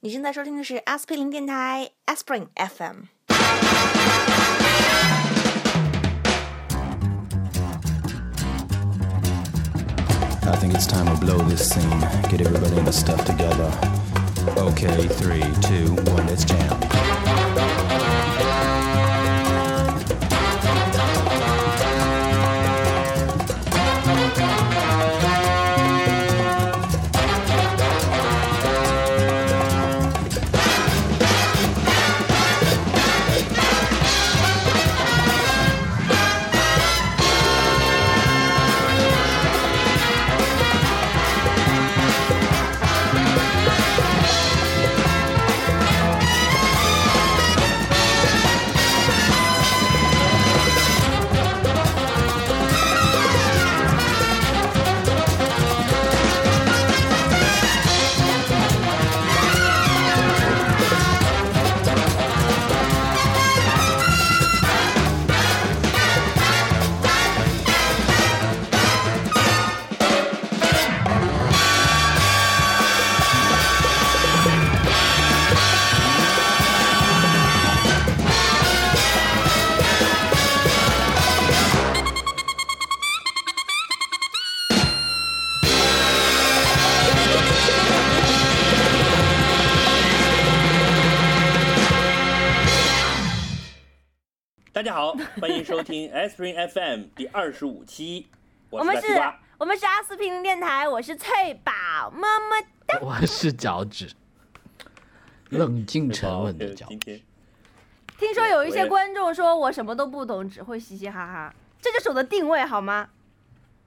你现在收听的是 S P 零电台 Aspirin FM。 I think it's time to blow this scene. Get everybody in the stuff together. Okay, three, two, one, let's jam. 大家 好，欢迎收听 S p r i n FM 第二十五期，我我是们大是西瓜。我们是阿斯匹林电台，我是翠宝，么么 哒。我是脚趾，冷静沉稳的呃脚今。天 听说有一我些也观众说我什么都不懂，只会嘻嘻哈哈，这就是我的定位好吗？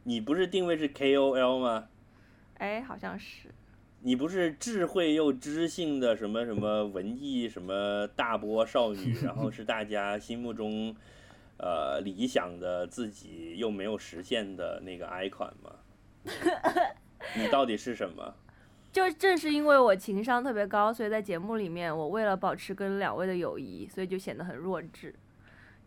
你不是定位是 KOL 吗？哎，好像是。你不是智慧又知性的什么什么文艺什么大波少女，然后是大家心目中呃理想的自己又没有实现的那个 icon 吗？ 你到底是什么？就正是因为我情商特别高，所以在节目里面，我为了保持跟两位的友谊，所以就显得很弱智，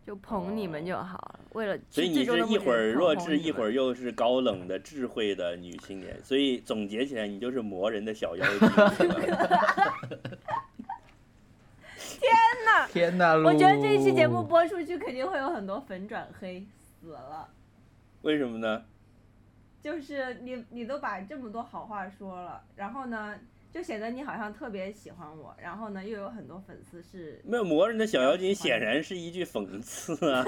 就捧你们就好了。为了哦所以你最终是的目一的会儿是弱捧智，你一会们儿又是高冷的智慧的女青年，所以总结起来，你就是磨人的小妖精。是吧 天哪！我觉得这一期节目播出去，肯定会有很多粉转黑，死了。为什么呢？就是你你都把这么多好话说了，然后呢，就显得你好像特别喜欢我，然后呢，又有很多粉丝是，那磨人的小妖精显然是一句讽刺啊！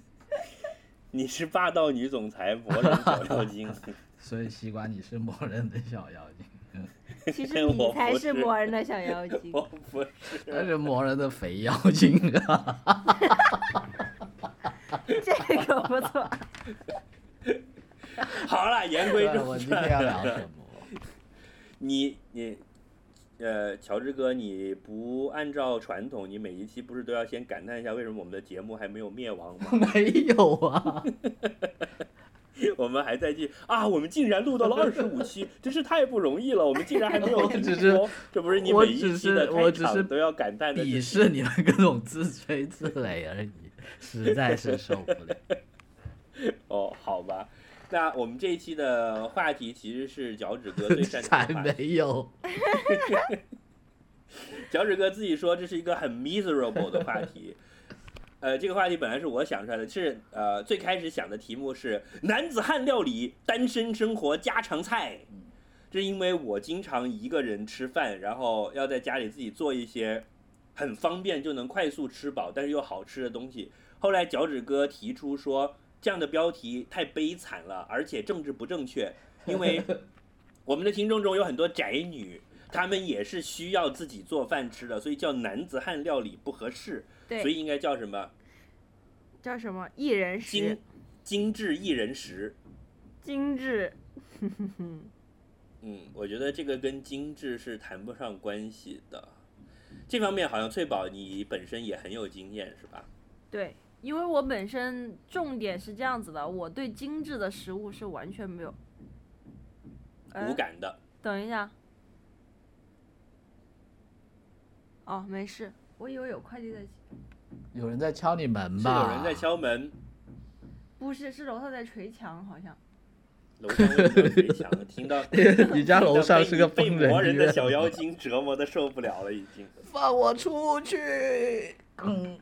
你是霸道女总裁，磨人的小妖精，所以西瓜你是默认的小妖 精，其 实你我才不是是魔人的小妖 精我。不是。他是默认的肥妖精啊！这个不错，好了，言 归我正今天要传，聊什么？ 你你。呃，乔治哥，你不按照传统，你每一期不是都要先感叹一下为什么我们的节目还没有灭亡吗？没有啊！ 我们还在记啊，我们竟然录到了二十五 期，真是太不容易了。我们竟然还没有我停只播是，这不是你我每一只期是的我开只场是都要感叹的事鄙情。视你们各种自吹自擂而已，实在是受不了。哦，好吧，那我们这一期的话题其实是脚趾哥最擅才长 的话题。没有！脚趾哥自己说这是一个很 miserable 的话题。呃，这个话题本来是我想出来的，是呃最开始想的题目是男子汉料理、单身生活家常菜。这是因为我经常一个人吃饭，然后要在家里自己做一些很方便就能快速吃饱，但是又好吃的东西。后来脚趾哥提出说，这样的标题太悲惨了，而且政治不正确，因为我们的听众中有很多宅女，她们也是需要自己做饭吃的，所以叫男子汉料理不合适，所对，以应该叫什么 叫什么一人食精精致一人食。精致，嗯，我觉得这个跟精致是谈不上关系的。这方面好像翠宝你本身也很有经验是吧？对，因为我本身重点是这样子的，我对精致的食物是完全没有。哎无感的，等一下。哦，没事，我以为有快递在。有人在敲你门是吧？有人在。敲门，不是，是楼上在捶墙，好像。楼上为什么最强的？听到 你家楼上是个被疯被魔人人医的院，小妖精折磨的受不了了，已经。放我出去！嗯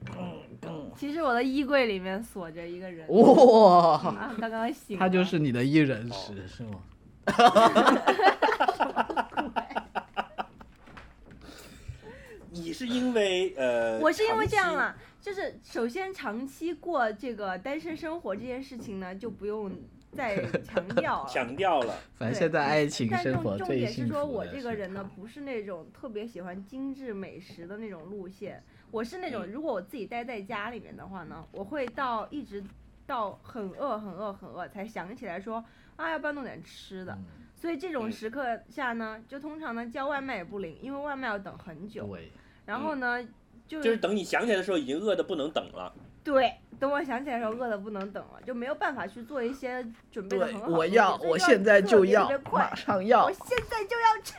其实我的衣柜里面锁着一个人。 嗯哇，啊，刚刚醒了。哦他就是你的一人哦食是吗？你是因为呃，我是因为这样啊了，啦，就是首先长期过这个单身生活这件事情呢，就不用再 强调了。强调了，反正现在爱情但生活重重最点幸是福说，的我这个人呢他，，不是那种特别喜欢精致美食的那种路线。我是那嗯种，如果我自己待在家里面的话呢，我会到一直到很饿、很饿、很饿才想起来说啊，要不要弄点吃的。所以这种嗯时刻下呢，就通常呢叫外卖也不灵，因为外卖要等很久。对，然后呢，就嗯就是等你想起来的时候，已经饿得不能等了。对，等我想起来的时候，饿的不能等了，就没有办法去做一些准备的很好的东西。所以特别特别快，上我。现在就要吃，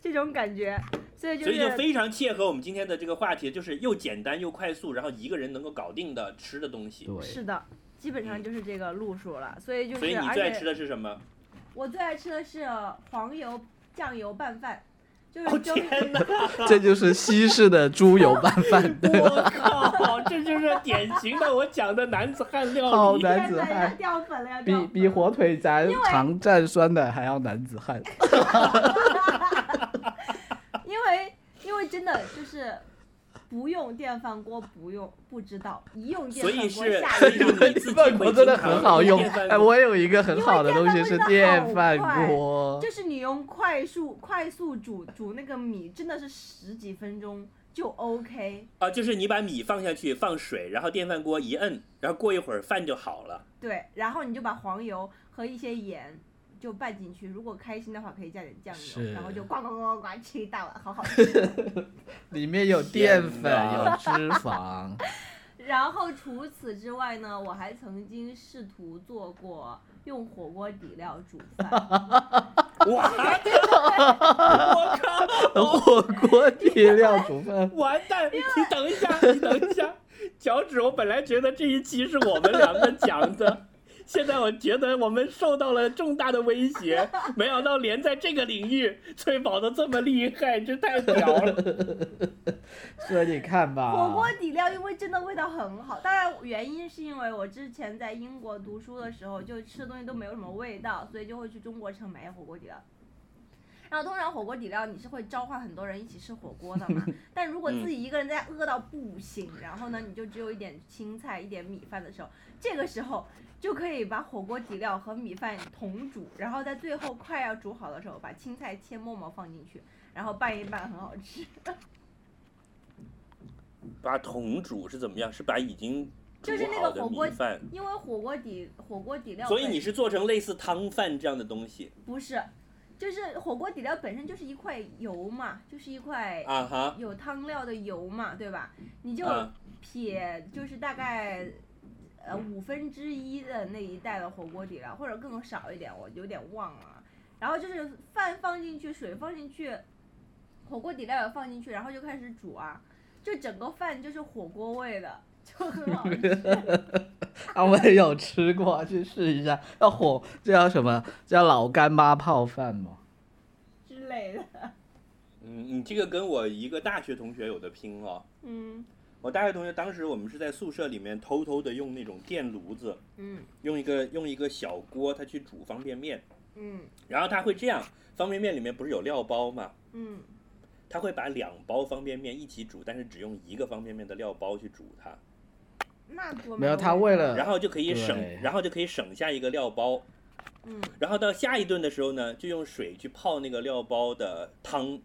这种感觉。所以就所以就是非常切合我们今天的这个话题，就是又简单又快速，然后一个人能够搞定的吃的东西。对，是的，基本上就是这个路数了。所以就嗯是，所以你而最爱吃且的是什么？我最爱吃的是黄油酱油拌饭，就是哦周天哪！这 就是西式的猪油拌饭，对吧？我靠，这就是典型的我讲的男子汉料好理。男子天哪要汉，掉粉了，要掉比粉比了火腿肠肠蘸酸奶还要男子 汉。因为因为真的就是不用电饭锅，不用不知道，一用电所饭以锅是，下 所以一就个是你自己 饭会锅真的经常很好用电饭，哎，我有一个很好的东西是电饭因为电饭锅，就是你用快速快速煮煮那个米，真的是十几分钟就 OK。啊，就是你把米放下去，放水，然后电饭锅一摁，然后过一会儿饭就好 了。对，然后你就把黄油和一些盐就拌进去，如果开心的话可以加点酱油，是然后就呱呱呱呱呱吃一大碗，好好吃。里面有淀粉，天有哪脂 肪，然后除此之外呢，我还曾经试图做过用火锅底料煮饭，哎哇！我靠！火锅底料煮 饭。完蛋！你等一下，你等一下， 脚趾！我本来觉得这一期是我们两个讲的， 现在我觉得我们受到了重大的威 胁，没想到连在这个领域翠宝的这么厉害，这太屌 了！所以你看吧，火锅底料因为真的味道很好，当然原因是因为我之前在英国读书的时候，就吃的东西都没有什么味道，所以就会去中国城买火锅底料。然后通常火锅底料你是会召唤很多人一起吃火锅的嘛，但如果自己一个人在饿到不行，然后呢你就只有一点青菜一点米饭的时候，这个时候就可以把火锅底料和米饭同煮，然后在最后快要煮好的时候把青菜切末末放进去，然后拌一拌很好吃。把同煮是怎么样？是把已经煮就是那好个的火米锅饭，因为火锅底火锅底料本，所以你是做成类似汤饭这样的东西不是，就是火锅底料本身就是一块油嘛，就是一块啊哈？有汤料的油嘛，对吧？你就啊，撇就是大概呃五分之一的那一袋的火锅底料，或者更少一点，我有点忘了。然后就是饭放进去，水放进去，火锅底料也放进去，然后就开始煮啊，就整个饭就是火锅味的，就很好吃。啊，我也有吃过，去试一下。要火，这叫什么？叫老干妈泡饭吗？之类的。嗯，你这个跟我一个大学同学有的拼哦。嗯我大学同学当时我们是在宿舍里面偷偷的用那种电炉子，嗯用一个用一个小锅，他去煮方便面，嗯然后他会这样，方便面里面不是有料包嘛，嗯他会把两包方便面一起煮，但是只用一个方便面的料包去煮它，那多没有有他味啊为道了然后就可以省对，然后就可以省下一个料包，嗯然后到下一顿的时候呢，就用水去泡那个料包的汤，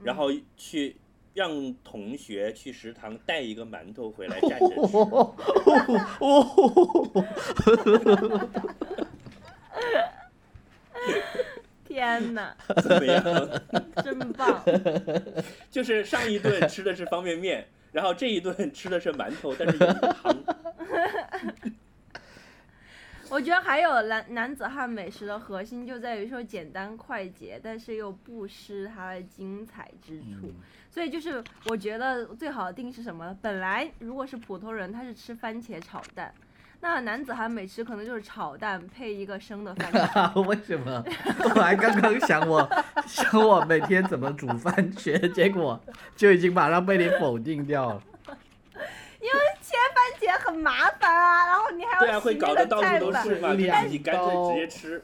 然后去让同学去食堂带一个馒头回来蘸着 吃。哦哦哦！。天哪，怎么样？ 真棒！就是上一顿吃的是方便面，然后这一顿吃的是馒头，但是有汤。我觉得还有男男子汉美食的核心就在于说简单快捷，但是又不失它的精彩之处。所以就是我觉得最好的定义是什么？本来如果是普通人，他是吃番茄炒蛋。那男子汉美食可能就是炒蛋配一个生的番茄为什么？我本来刚刚想我想我每天怎么煮饭学，结果就已经马上被你否定掉了。切番茄很麻烦啊，然后你还对要啊，会洗搞那得个到菜处都板。是嘛，两就刀自己干脆直接吃。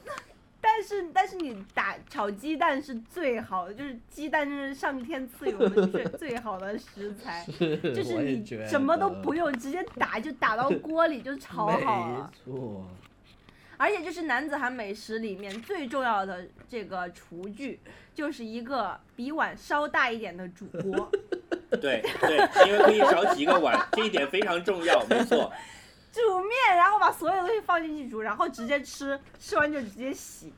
但是但是你打炒鸡蛋是最好的，就是鸡蛋就是上天赐予我们最最好的食 材，就我是也你觉得什么都不用，直接打就打到锅里就炒好了。没错，而且就是男子汉美食里面最重要的这个厨具，就是一个比碗稍大一点的煮锅，对对，因为可以少几个碗，这一点非常重要，没错。煮面，然后把所有东西放进去煮，然后直接吃，吃完就直接洗，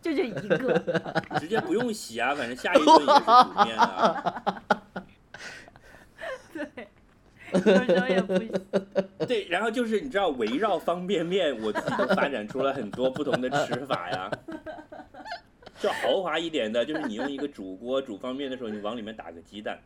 就这一个。 直接不用洗啊，反正下一顿也是煮面啊。对，有时候也不行。对，然后就是你知道，围绕方便面，我自己就发展出了很多不同的吃法呀。就豪华一点的，就是你用一个煮锅煮方便面的时候，你往里面打个鸡蛋，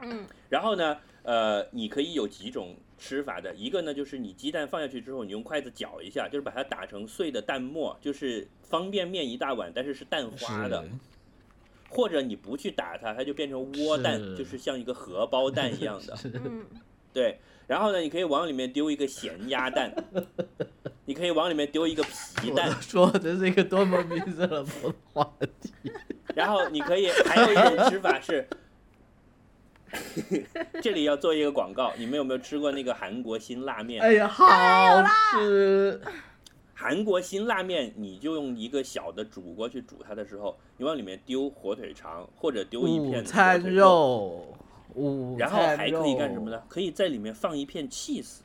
嗯，然后呢，呃，你可以有几种吃法的，一个呢就是你鸡蛋放下去之后，你用筷子搅一下，就是把它打成碎的蛋沫，就是方便面一大碗，但是是蛋花的。或者你不去打它，它就变成窝蛋，是就是像一个荷包蛋一样的。是嗯，对，然后呢，你可以往里面丢一个咸鸭蛋，你可以往里面丢一个皮我都 蛋，说这是一个多么 miserable 的话题。然后你可以还有一种吃法是， 这里要做一个广告，你们有没有吃过那个韩国辛辣面？哎呀，好吃！韩国辛辣面，你就用一个小的煮锅去煮它的时候，你往里面丢火腿肠或者丢一午片餐火腿，肉，午然后餐还可以干什么肉？呢？可以在里面放一片 cheese。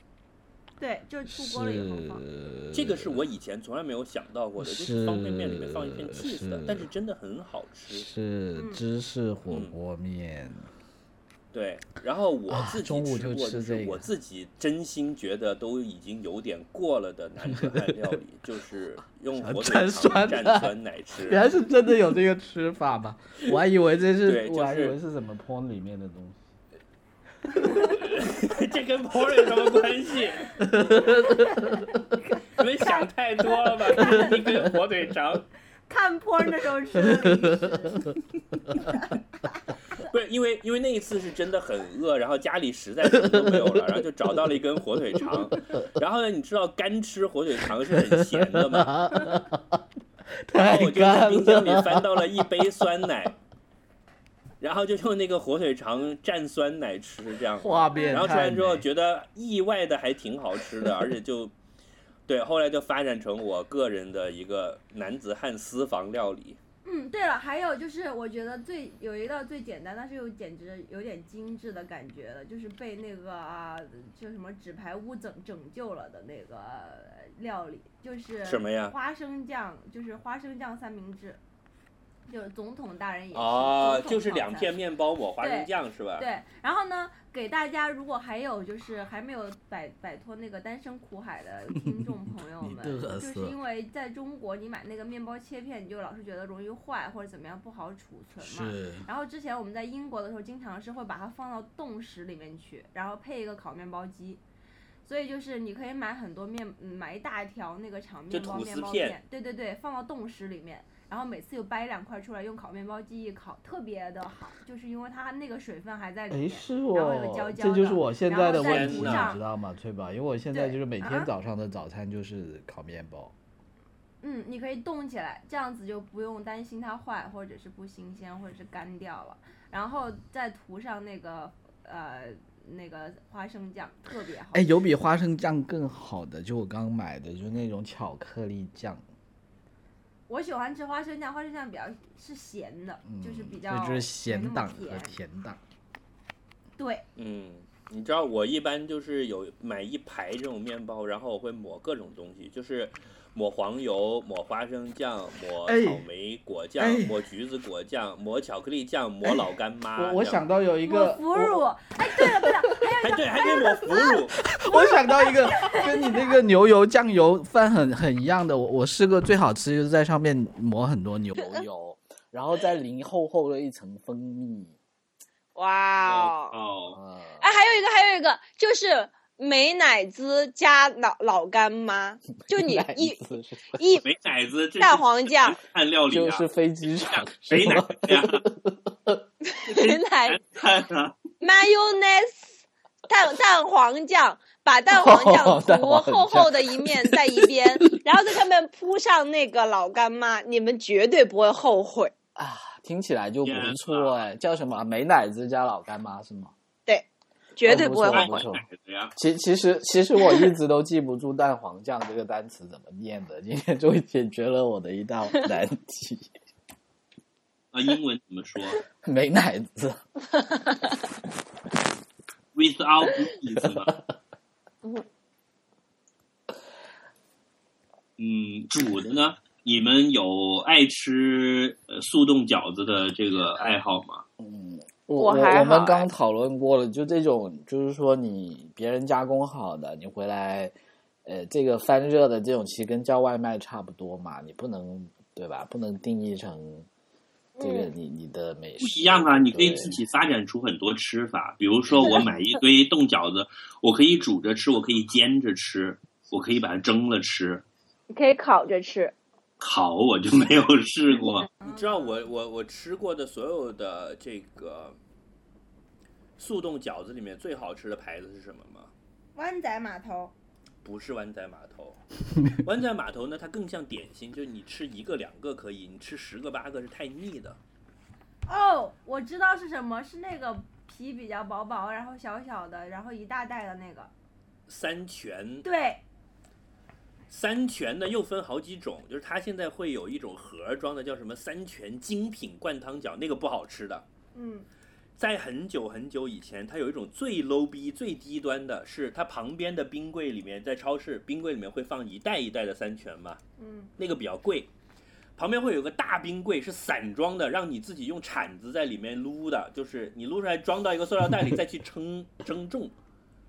对，就是出锅了以后放。是这个是我以前从来没有想到过的，就是方便面里面放一片是 cheese 的，但是真的很好吃。是嗯芝士火嗯锅面，对，然后我啊自己中午吃就过，吃是这我个自己真心觉得都已经有点过了的男子汉料理，就是用火腿蘸肠酸蘸奶酸奶 吃。原来是真的有这个吃法吗？我还以为对这是，就是我还以为是什么 porn 里面的东 西。 这跟 porn 有什么关 系？你们想太多了吧？一根火腿肠，看坡的时候吃的零食，不是因为因为那一次是真的很饿，然后家里实在什么都没有了，然后就找到了一根火腿肠。然后呢，你知道干吃火腿肠是很咸的嘛？然 太后我就在干冰箱里了，翻到了一杯酸奶，然后就用那个火腿肠蘸酸奶吃，这样。画面然后吃太完之后美觉得意外的还挺好吃的，而且 就，对，后来就发展成我个人的一个男子汉私房料理。嗯，对了，还有就是我觉得最有一道最简单，但是又简直有点精致的感觉了，就是被那个啊，就什么纸牌屋拯拯救了的那个呃料理，就是什么呀花生酱，就是花生酱三明治，就是总统大人也吃啊，总统就是套两餐片面包抹花生对酱是吧？对，然后呢，给大家如果还有就是还没有摆摆脱那个单身苦海的听众 朋友你们，嘚就是瑟因为在中国你买那个面包切片，你就老是觉得容易坏或者怎么样不好储存嘛。是然后之前我们在英国的时候，经常是会把它放到冻食里面去，然后配一个烤面包机。所以就是你可以买很多面，嗯买一大条那个长就面包吐面司包片面，对对对，放到冻食里面，然后每次又掰两块出来，用烤面包机一烤，特别的好，就是因为它那个水分还在里哎，面。是嗯然后有我焦，这焦就是的我现然在后的再问涂题，你上知道吗，崔宝？因为我现在对就是每啊哦天早上的早餐就是烤面包，嗯，你可以冻起来，这样子就不用担心它坏，或者是不新鲜，或者是干掉了。然后再涂上那个呃那个花生酱，特别好。哎，有比花生酱更好的，就我刚买的，就那种巧克力酱，我喜欢吃花生酱，花生酱比较是咸的，就是比较这嗯就是没咸那党么和甜。甜党。对，嗯，你知道我一般就是有买一排这种面包，然后我会抹各种东西，就是抹黄油、抹花生酱、抹哎草莓果酱、哎抹橘子果酱、抹巧克力酱、抹老干妈。我啊我这样想，到有一抹个，腐乳我。哎，对了对了，还对，还可以抹腐乳。 我想到 一个跟你那个牛油酱油饭很很一样的，我我试过最好吃就是在上面抹很多牛 油，然后再淋厚厚的一层蜂蜜。哇哦！哦，啊，啊哎，还有一个，还有一个，就是美乃滋加老老干妈，就 你奶一子是一美乃滋这蛋是黄酱、汉料理就啊是，飞机场，美是乃吗哎滋呀，美 乃看啊， mayonnaise 蛋蛋黄酱，把蛋黄酱哦蛋涂黄酱厚厚的一面在一边，然后在上面铺上那个老干妈，你们绝对不会后悔。啊， 听起来就不天错啊哎，叫什么美乃滋加老干妈是吗？绝对不会哦后不悔蛋黄错。奶子呀，其其实其实我一直都记不住蛋黄酱这个单词怎么念的，今天终于解决了我的一道难题。啊，英文怎么说美乃滋， ？Without meat 是吧？嗯，煮的呢？你们有爱吃呃速冻饺子的这个爱好吗？嗯，我我还我好哎们刚讨论过了，就这种就是说你别人加工好的，你回来，呃，这个翻热的这种其实跟叫外卖差不多嘛，你不能对吧？不能定义成这个嗯你你的美食不一样啊，你可以对自己发展出很多吃法。比如说，我买一堆冻饺子，我可以煮着吃，我可以煎着吃，我可以把它蒸了吃。你可以烤着吃，烤我就没有试过，你你知道我我我吃过的所有的这个速冻饺子里面最好吃的牌子是什么吗？ 湾仔码头，不是湾仔码 头，湾仔码头呢，它更像点心，就是你吃一个两个可以，你吃十个八个是太腻的。哦，我知道是什么，是那个皮比较薄薄，然后小小的，然后一大袋的那个。三全对，三全呢又分好几种，就是它现在会有一种盒儿装的，叫什么三全精品灌汤饺，那个不好吃的。嗯，在很久很久以前，它有一种最 low 逼、最低端的，是它旁边的冰柜里面，在超市冰柜里面会放一袋一袋的三全嘛，嗯，那个比较贵。旁边会有个大冰柜，是散装的，让你自己用铲子在里面撸的，就是你撸出来装到一个塑料袋里，再 去称称重，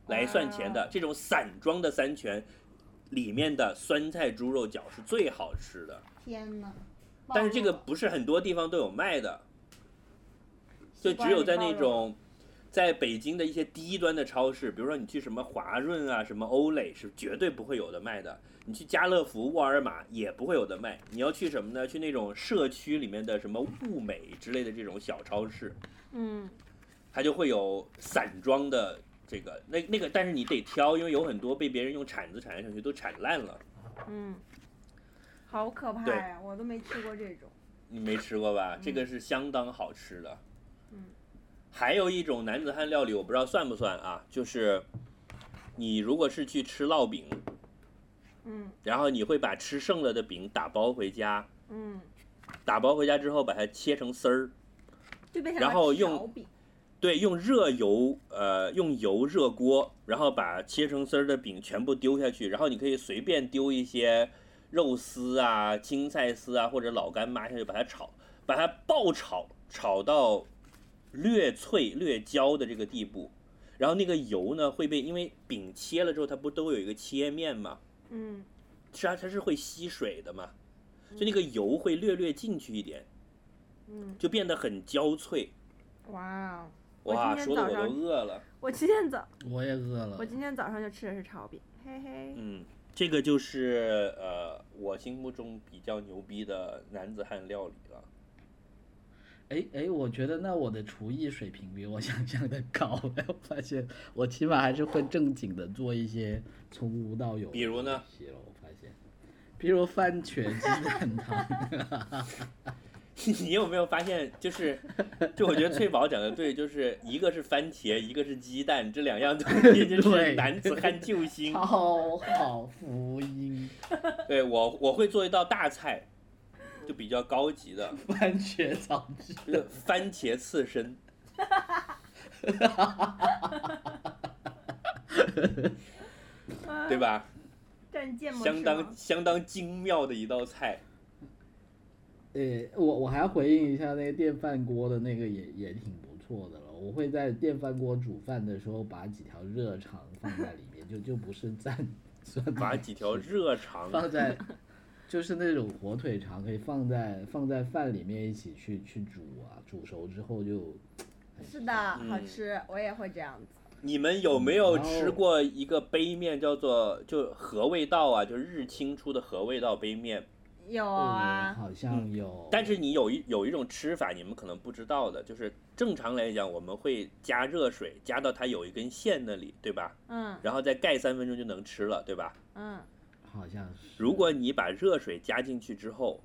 来算钱啊的。这种散装的三全，里面的酸菜猪肉饺是最好吃的，天哪！但是这个不是很多地方都有卖的，就习惯只有里在暴那露种在北京的一些低端的超市，比如说你去什么华润啊、什么欧蕾是绝对不会有的卖的。你去家乐福、沃尔玛也不会有的卖。你要去什么呢？去那种社区里面的什么物美之类的这种小超市，嗯，它就会有散装的这个那那个，但是你得挑，因为有很多被别人用铲子铲来铲去都铲烂了。嗯，好可怕对呀！我都没吃过这种。你没吃过吧？这个是相当好吃的。嗯，还有一种男子汉料理，我不知道算不算啊，就是你如果是去吃烙饼，嗯然后你会把吃剩了的饼打包回家，嗯，打包回家之后把它切成丝儿，就变成然了后条用饼对，用热油，呃，用油热锅，然后把切成丝儿的饼全部丢下去，然后你可以随便丢一些肉丝啊、青菜丝啊或者老干妈下去，把它炒，把它爆炒，炒到略脆略焦的这个地步，然后那个油呢会被，因为饼切了之后它不都有一个切面嘛，嗯，是啊，它是会吸水的嘛，就那个油会略略进去一点，嗯，就变得很焦脆，哇哦！我哇，今天说的早我上都饿了。我今天早，我也饿了我今天早上就吃的是炒饼，嘿嘿。嗯，这个就是呃我心目中比较牛逼的男子汉料理了。 哎哎，我觉得那我的厨艺水平比我想象的高。 哎我发现我起码还是会正经的做一些从无到有。比如呢？我发现，比如番茄鸡蛋汤。你有没有发现，就是，就我觉得翠宝讲的对，就是一个是番茄，一个是鸡蛋，这两样东西就是对男子汉救 星。超好福音，对我，我会做一道大菜，就比较高级的，番茄炒鸡就是番茄刺身。嗯对吧？但啊芥末相是吗当相当精妙的一道菜。呃，我我还回应一下那个电饭锅的那个也也挺不错的了。我会在电饭锅煮饭的时候把几条热肠放在里面，就就不是蘸蒜的把几条热肠放在 就是那种火腿肠可以放在放在饭里面一起去去煮啊，煮熟之后就。是的，好嗯吃，我也会这样子。你们有没有吃过一个杯面叫做就和味道啊，就是日清出的和味道杯面？有哦啊，好像有，但是你有一有一种吃法，你们可能不知道的，就是正常来讲，我们会加热水，加到它有一根线那里，对吧？嗯然后再盖三分钟就能吃了，对吧？嗯，好像是如果你把热水加进去之后，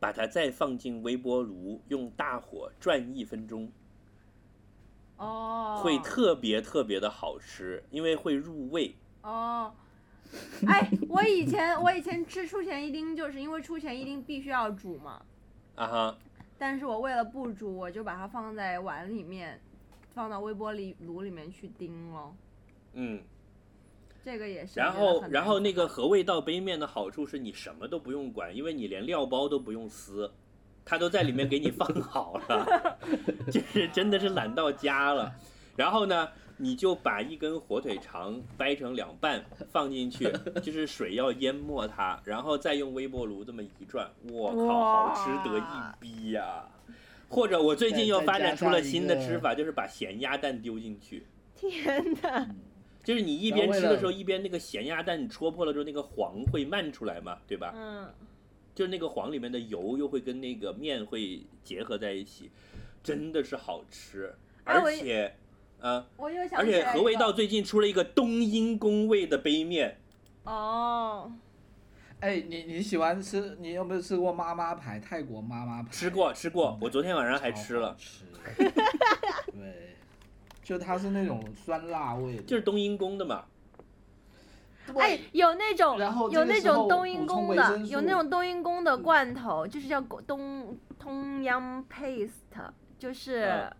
把它再放进微波炉，用大火转一分钟，哦，会特别特别的好吃，因为会入味。哦。哎，我以前我以前吃出前一丁，就是因为出前一丁必须要煮嘛，啊哈，但是我为了不煮，我就把它放在碗里面，放到微波里炉里面去叮咯。嗯，这个也是。然我觉得后很然后难那个做和味道杯面的好处是你什么都不用管，因为你连料包都不用撕，它都在里面给你 放好了，就是真的是懒到家了。然后呢，你就把一根火腿肠掰成两半放进去，就是水要淹没它，然后再用微波炉这么一转，我靠，好吃得一逼呀、或者我最近又发展出了新的吃法，就是把咸鸭蛋丢进去。天哪！就是你一边吃的时候，一边那个咸鸭蛋你戳破了之后，那个黄会漫出来嘛，对吧？嗯，就是那个黄里面的油又会跟那个面会结合在一起，真的是好吃，哎我而且，呃，我又想而起且来和一味个道最近出了一个冬阴功味的杯面，哦，哎，你你喜欢吃？你有没有吃过妈妈牌？泰国妈妈牌吃过吃过，我昨天晚上还吃了，吃。对，就它是那种酸辣味的。就是冬阴功的嘛，哎，有那种然后这有个那时种候冬阴补充功维的，生有素那种冬阴功的罐头，就是叫狗冬冬阴 paste，就是、嗯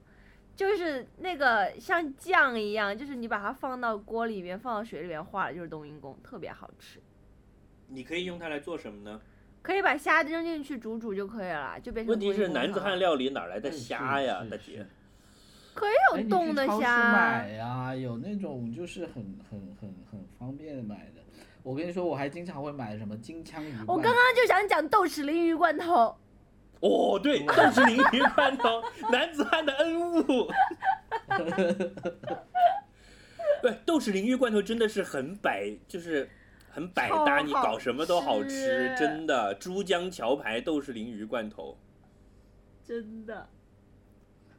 就是那个像酱一样，就是你把它放到锅里面，放到水里面化了，就是冬阴功，特别好吃。你可以用它来做什么呢？可以把虾扔进去煮煮就可以了，就变成问题冬阴是功啊男子汤了汉料理哪来的是虾呀是，大是姐？可以哎有你冻去的超市虾买，呀、有那种就是很很很很方便买的。我跟你说，我还经常会买什么金枪鱼。我刚刚就想讲豆豉鲮鱼罐头。哦，对，豆豉鲮鱼罐头， 男子汉的恩物。 对，豆豉鲮鱼罐头真的是很百，就是很百搭，超你好搞什么都好吃吃，真的。珠江桥牌豆豉鲮鱼罐头，真的，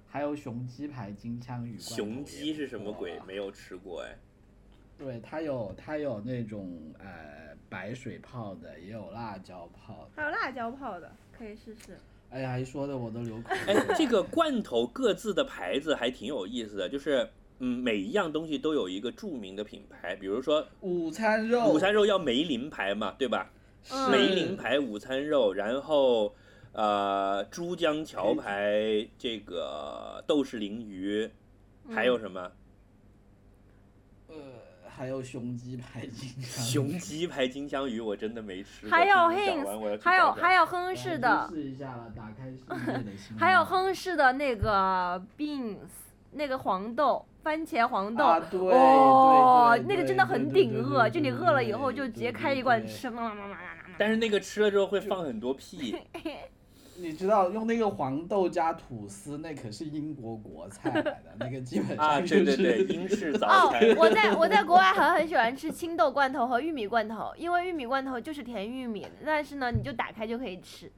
还有雄鸡牌金枪鱼罐头也不错啊。雄鸡是什么鬼？没有吃过哎。对，它有它有那种呃白水泡的，也有辣椒泡的。还有辣椒泡的，可以试试。哎呀，一说的我都流口哎水了。，这个罐头各自的牌子还挺有意思的，就是嗯，每一样东西都有一个著名的品牌，比如说午餐肉，午餐肉要梅林牌嘛，对吧？嗯梅林牌午餐肉，然后呃珠江桥牌这个豆豉鲮鱼，嗯还有什么呃，还有雄鸡牌金枪鱼，雄鸡牌金枪鱼，我真的没吃过。还有听你讲完我要 Hins，去还有找找还有亨氏的，试一下了，打开世界的心 啊还有亨氏的那个 beans，那个黄豆，番茄黄豆。啊，对，哦对，对那个对真的对很对顶对饿，对就你对饿了以对后就对直接对开一对罐对吃，嘛嘛嘛嘛嘛 嘛但是那个吃了之后会放很多 屁，你知道用那个黄豆加吐司，那可是英国国菜来的，那个基本 啊，上就对是对对，英式早哦啊餐。，我在我在国外很很喜欢吃青豆罐头和玉米罐头，因为玉米罐头就是甜玉米，但是呢，你就打开就可以吃，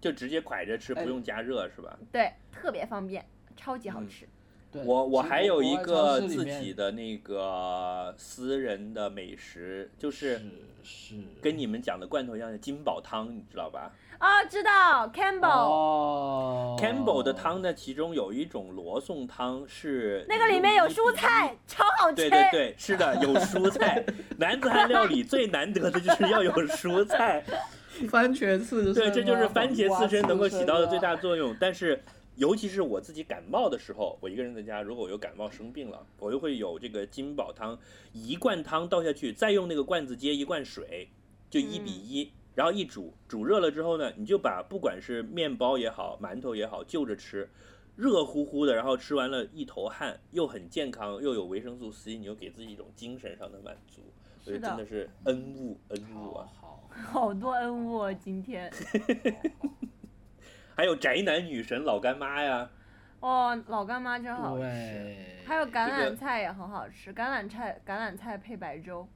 就直接蒯着吃，哎不用加热是吧？对，特别方便，超级好吃。对我我还有一个自己己的那个私人的美食，就是是跟你们讲的罐头一样的金宝汤，你知道吧？啊，知道 Campbell、哦 Campbell 的汤呢，其中有一种罗宋汤是那个里面有蔬菜，超好吃。对对对，是的，有蔬菜。男子汉料理最难得的就是要有蔬菜， 番茄刺身对，啊，这就是番茄刺身能够起到的最黄瓜刺身啊。大作用。但是，尤其是我自己感冒的时候，我一个人在家，如果我有感冒生病了，我就会有这个金宝汤，一罐汤倒下去，再用那个罐子接一罐水，就一比一、嗯然后一煮，煮热了之后呢，你就把不管是面包也好，馒头也好，就着吃。热乎乎的，然后吃完了一头汗，又很健康，又有维生素 C，你又给自己一种精神上的满足，我觉是得真的的，是恩物恩物好啊！好，好多恩物哦今天。还有宅男女神老干妈呀，哦，老干妈真好吃。对，还有橄这榄个菜也很好吃，橄榄菜橄榄菜配白粥。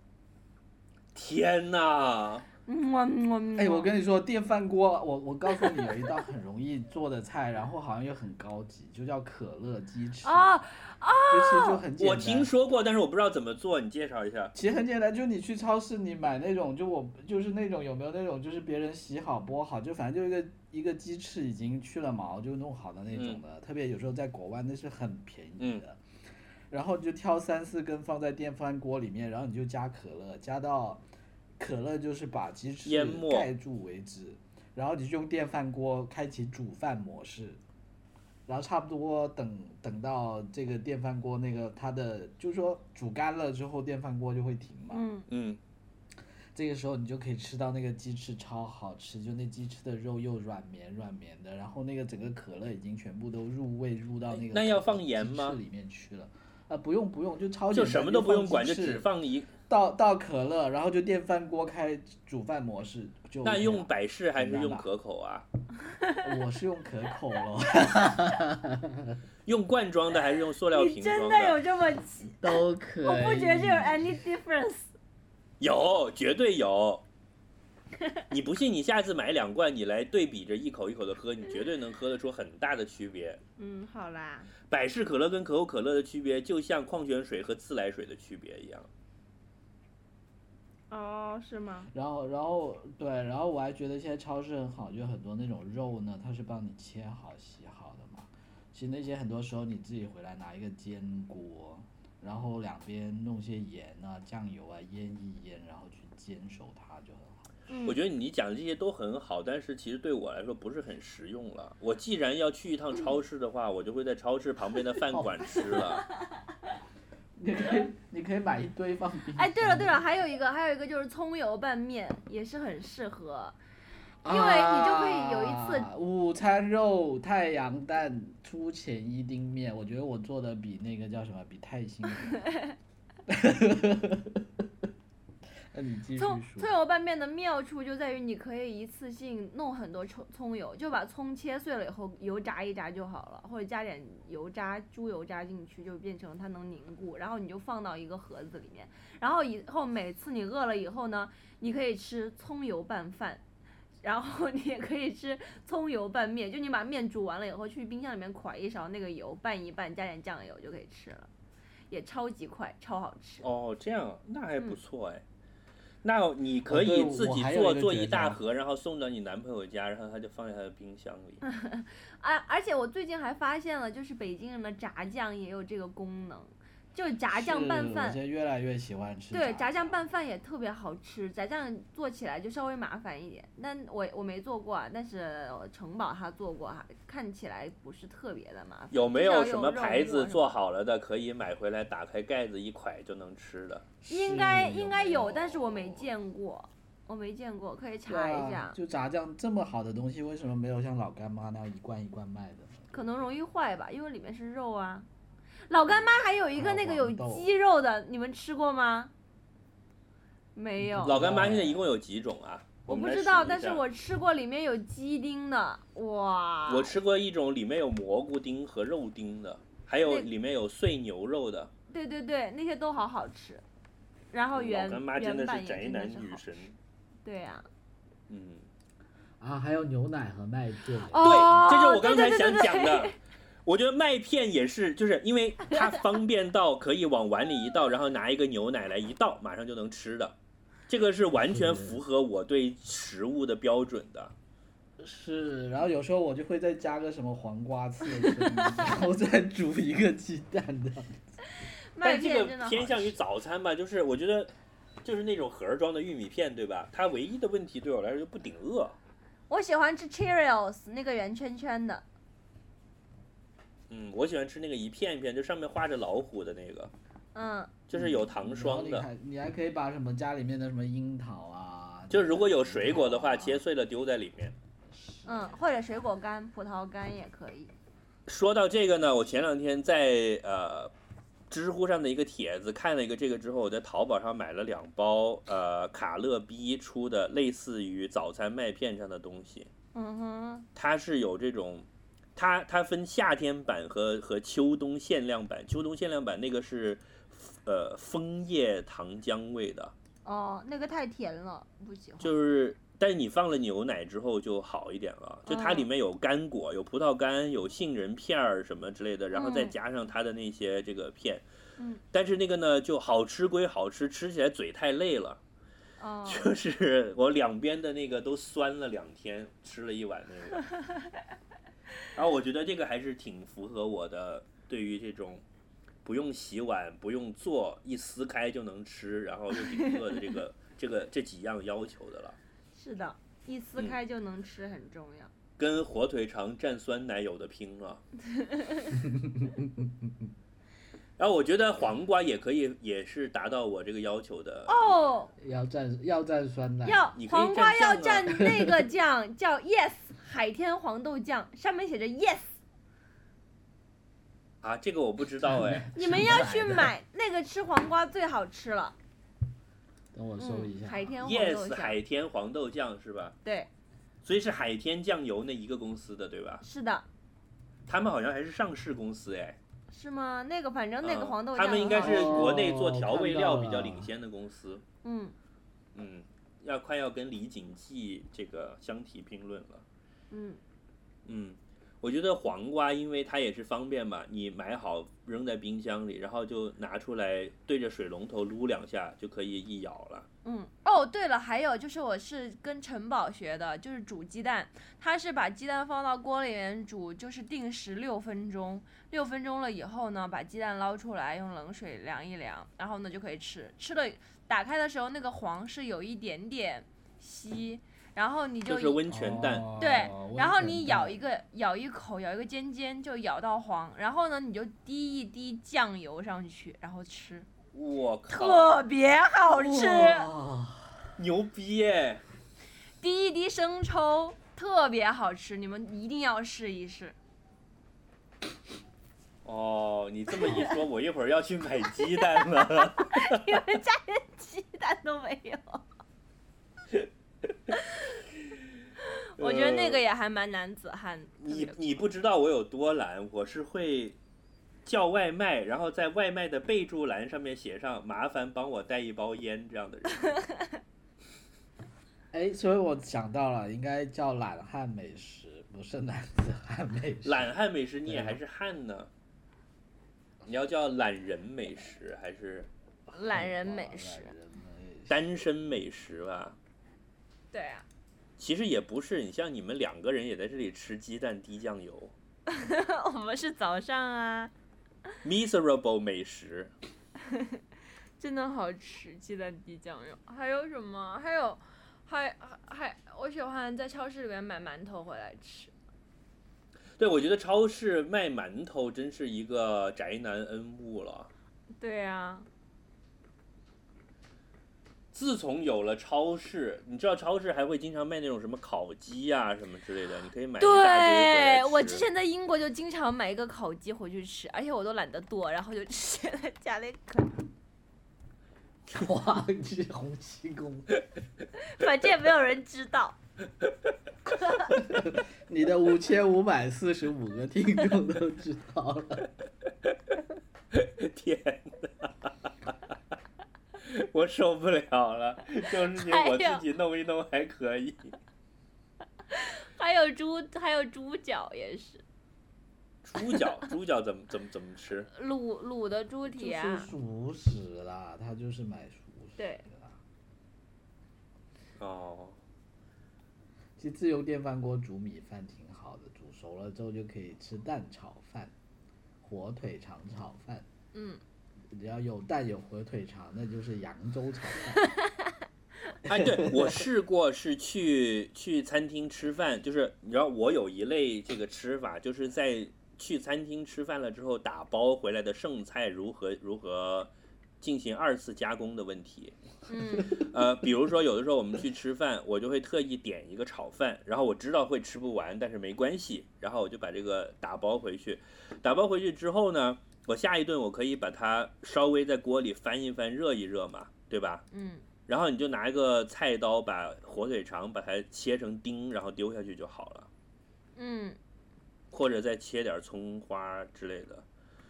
天哪！嗯哇嗯哇嗯哎，我哇跟你说，电饭锅，我我告诉你，有一道很容易做的菜，然后好像又很高级，就叫可乐鸡翅，哦，其实就很简单。我听说过，但是我不知道怎么做，你介绍一下。其实很简单，就你去超市，你买那种，就我就是那种有没有那种，就是别人洗好剥好，就反正就一个一个鸡翅已经去了毛，就弄好的那种嗯的。特别有时候在国外那是很便宜的，然后你就挑三四根放在电饭锅里面，然后你就加可乐，加到可乐就是把鸡翅淹没盖住为止，然后你就用电饭锅开启煮饭模式。然后差不多等等到这个电饭锅那个它的，就是说煮干了之后，电饭锅就会停嘛。嗯，嗯，这个时候你就可以吃到那个鸡翅，超好吃，就那鸡翅的肉又软绵软绵的，然后那个整个可乐已经全部都入味入到那个哎那要可乐放盐吗鸡翅里面去了。啊，不用不用，就超就简单什么都不用管，就就放鸡翅只放一。倒倒可乐，然后就电饭锅开煮饭模式就 OK 了。那用百事还是很难用吧可口嗯啊？我是用可口咯，用罐装的还是用塑料你瓶真装的有这么奇？都可以。我不觉得这有 any difference。有，绝对 有。你不信？你下次买两罐，你来对比着一口一口的喝，你绝对能喝得出很大的区别。嗯，好啦，百事可乐跟可口可乐的区别，就像矿泉水和自来水的区别一样。哦，是吗？然后，然后对，然后我还觉得现在超市很好，就很多那种肉呢，它是帮你切好、洗好的嘛。其实那些很多时候你自己回来拿一个煎锅，然后两边弄些盐啊、酱油啊腌一腌，然后去煎熟它就很好。嗯我觉得你讲的这些都很好，但是其实对我来说不是很实用了。我既然要去一趟超市的话，我就会在超市旁边的饭馆吃了。你可以，你可以买一堆放冰箱。哎，对了对了，还有一个还有一个就是葱油拌面也是很适合，因啊，为你就可以有一次午餐肉、太阳蛋、出前一丁面，我觉得我做的比那个叫什么，比泰兴好。那你继续说葱。葱油拌面的妙处就在于你可以一次性弄很多葱葱油，就把葱切碎了以后油炸一炸就好了，或者加点油渣、猪油渣进去，就变成它能凝固，然后你就放到一个盒子里面，然后以后每次你饿了以后呢，你可以吃葱油拌饭。然后你也可以吃葱油拌面，就你把面煮完了以后，去冰箱里面㧟一勺那个油，拌一拌，加点酱油就可以吃了，也超级快，超好吃。哦，这样那还不嗯错哎。那你可哦对以我自己还有做一个做绝一大招盒，然后送到你男朋友家，然后他就放在他的冰箱 里。而而且我最近还发现了，就是北京人的炸酱也有这个功能，就是 炸酱拌是我现饭。在越来越喜欢吃。对，炸酱。拌饭也特别好吃，炸酱做起来就稍微麻烦一点。但我我没做过啊，但是城堡他做过哈，看起来不是特别的麻烦。有没有什么至少有肉牌末子什做么好了的，可以买回来打开盖子一㧟就能吃的？应该嗯应该有，有，但是我没。见过，我没见过，可以对查一啊下，，就炸酱这么好的东西，为什么没有像老干妈那样一罐一罐卖的呢？可能容易坏吧，因为里面是肉啊。老干妈还有哎一个啊那个黄有豆鸡肉的，你们吃过吗？没有。老干妈现在一共有几种啊？哦我们不来知数道，一但是下我吃过里面有鸡丁的，哇！我吃过一种里面有蘑菇丁和肉丁的，还有那里面有碎牛肉的。对对对，那些都好好吃。然后哦原嗯老干妈真的原是版也宅真的男是女好神。对呀、嗯，啊，还有牛奶和麦片。哦对，这就是我对刚对才对对想哦讲对的。我觉得麦片也是，就是因为 它方便到可以往碗里一倒，然后拿一个牛奶来一倒，马上就能吃的。这个是完全符合我对食物的标准的。 是，然后有时候我就会再加个什么黄瓜刺身， 然后再煮一个鸡蛋的。麦但这片个真的好偏向于吃。早餐吧，就是我觉得，就是那种盒装的玉米片，对吧？它唯一的问题对我来说就不顶饿。我喜欢吃 Cheerios 那个圆圈圈的，嗯，我喜欢吃那个一片一片，就上面画着老虎的那个，嗯，就是有然后糖霜你的。还你还可以把什么家里面的什么樱桃啊，就是如果有水果的话，啊切。碎了丢在里面。嗯，或者水果干、葡萄干也可以。说到这个呢，我前两天在呃知乎上的一个帖子看了一个这个之后，我在淘宝上买了两包呃卡乐 B 出的类似于早餐麦片这样的东西，嗯哼，它是有这种它它分夏天版和和秋冬限量版，秋冬限量版那个是呃枫叶糖浆味的，哦，那个太甜了，不喜欢。就是，但是你放了牛奶之后就好一点了，就它嗯里面有干果、有葡萄干、有杏仁片儿什么之类的，然后再嗯加上它的那些这个片。嗯，但是那个呢，就好吃归好吃，吃起来嘴太累了，哦，就是我两边的那个都酸了两天，吃了一碗那 个。然后我觉得这个还是挺符合我的对于这种不用洗碗、不用做，一撕开就能吃，然后又挺饿的这个这个这几样要求的了。是的，一撕嗯开就能吃，很重要。跟火腿肠蘸酸奶有的拼 了。然后我觉得黄瓜也可以，也是达到我这个要求的。哦，要蘸要蘸酸奶，要你可以黄瓜蘸要酱蘸啊 那个酱，叫 Yes 海天黄豆酱，上面写着 Yes。啊，这个我不知道哎。你们要去买那个吃黄瓜最好吃了，等我搜一嗯，下啊。海天 黄豆 yes，酱，海天黄豆酱是吧？对，所以是海天酱油那一个公司的对吧？是的，他们好像还是上市公司哎。是吗？那个反正那个嗯黄豆酱他很好们吃，应该是国内做哦调味看到料了比较领先的公司。嗯嗯，要快要跟李锦记这个相提并论了。嗯嗯，我觉得黄瓜，因为它也是方便嘛，你买好扔在冰箱里，然后就拿出来对着水龙头撸两下就可以一咬了。嗯。哦，对了，还有就是我是跟陈宝学的，就是煮鸡蛋，他是把鸡蛋放到锅里面煮，就是定时六分钟，六分钟了以后呢，把鸡蛋捞出来，用冷水凉一凉，然后呢就可以吃。吃了打开的时候，那个黄是有一点点稀，然后你就就是温泉蛋，哦对，然后你咬一，温泉蛋个咬一口，咬一个尖尖就咬到黄，然后呢你就滴一滴酱油上去，然后吃，我靠，特别好吃。哇牛逼耶！滴一滴生抽特别好吃，你们一定要试一试。哦，你这么一说，我一会儿要去买鸡蛋了。你们家连鸡蛋都没有，我觉得那个也还蛮男子汉。你你不知道我有多懒，我是会叫外卖，然后在外卖的备注栏上面写上“麻烦帮我带一包烟”这样的人。哎，所以我想到了，应该叫懒汉美食，不是男子汉美食。 懒汉美食你也还是汉呢？你要叫懒人美食还是懒人美食懒，人美食单身美食吧？对啊，其实也不是，你像你们两个人也在这里吃鸡蛋滴酱油 我们是早上啊， ，miserable 美食。真的好吃，鸡蛋滴酱油。还有什么？还有，还还还，我喜欢在超市里面买馒头回来吃。对，我觉得超市卖馒头真是一个宅男恩物了。对啊，自从有了超市，你知道超市还会经常卖那种什么烤鸡呀、什么之类的，你可以买一大堆回来对我吃之前在英国就经常买一个烤鸡回去吃，而且我都懒得剁，然后就直接在家里啃，哇，这是洪七公，反正也没有人知道。你的五千五百四十五个听众都知道 了。 天哪，我受不了了！这种事情我自己弄一弄还可以。还有猪，还有猪脚也是哎猪脚，猪脚怎么怎么怎么吃？卤卤的猪蹄就是啊，熟食啦，他就是买熟食对的啦。哦，其实自由电饭锅煮米饭挺好的，煮熟了之后就可以吃蛋炒饭、火腿肠炒饭。嗯，只要有蛋有火腿肠，那就是扬州炒饭。哎，对我试过是去去餐厅吃饭，就是你知道我有一类这个吃法，就是在去餐厅吃饭了之后打包回来的剩菜如何如何进行二次加工的问题。嗯， 呃，比如说有的时候我们去吃饭，我就会特意点一个炒饭，然后我知道会吃不完，但是没关系，然后我就把这个打包回去。打包回去之后呢，我下一顿我可以把它稍微在锅里翻一翻，热一热嘛，对吧？嗯，然后你就拿一个菜刀把火腿肠把它切成丁，然后丢下去就好了。嗯，或者再切点葱花之类的。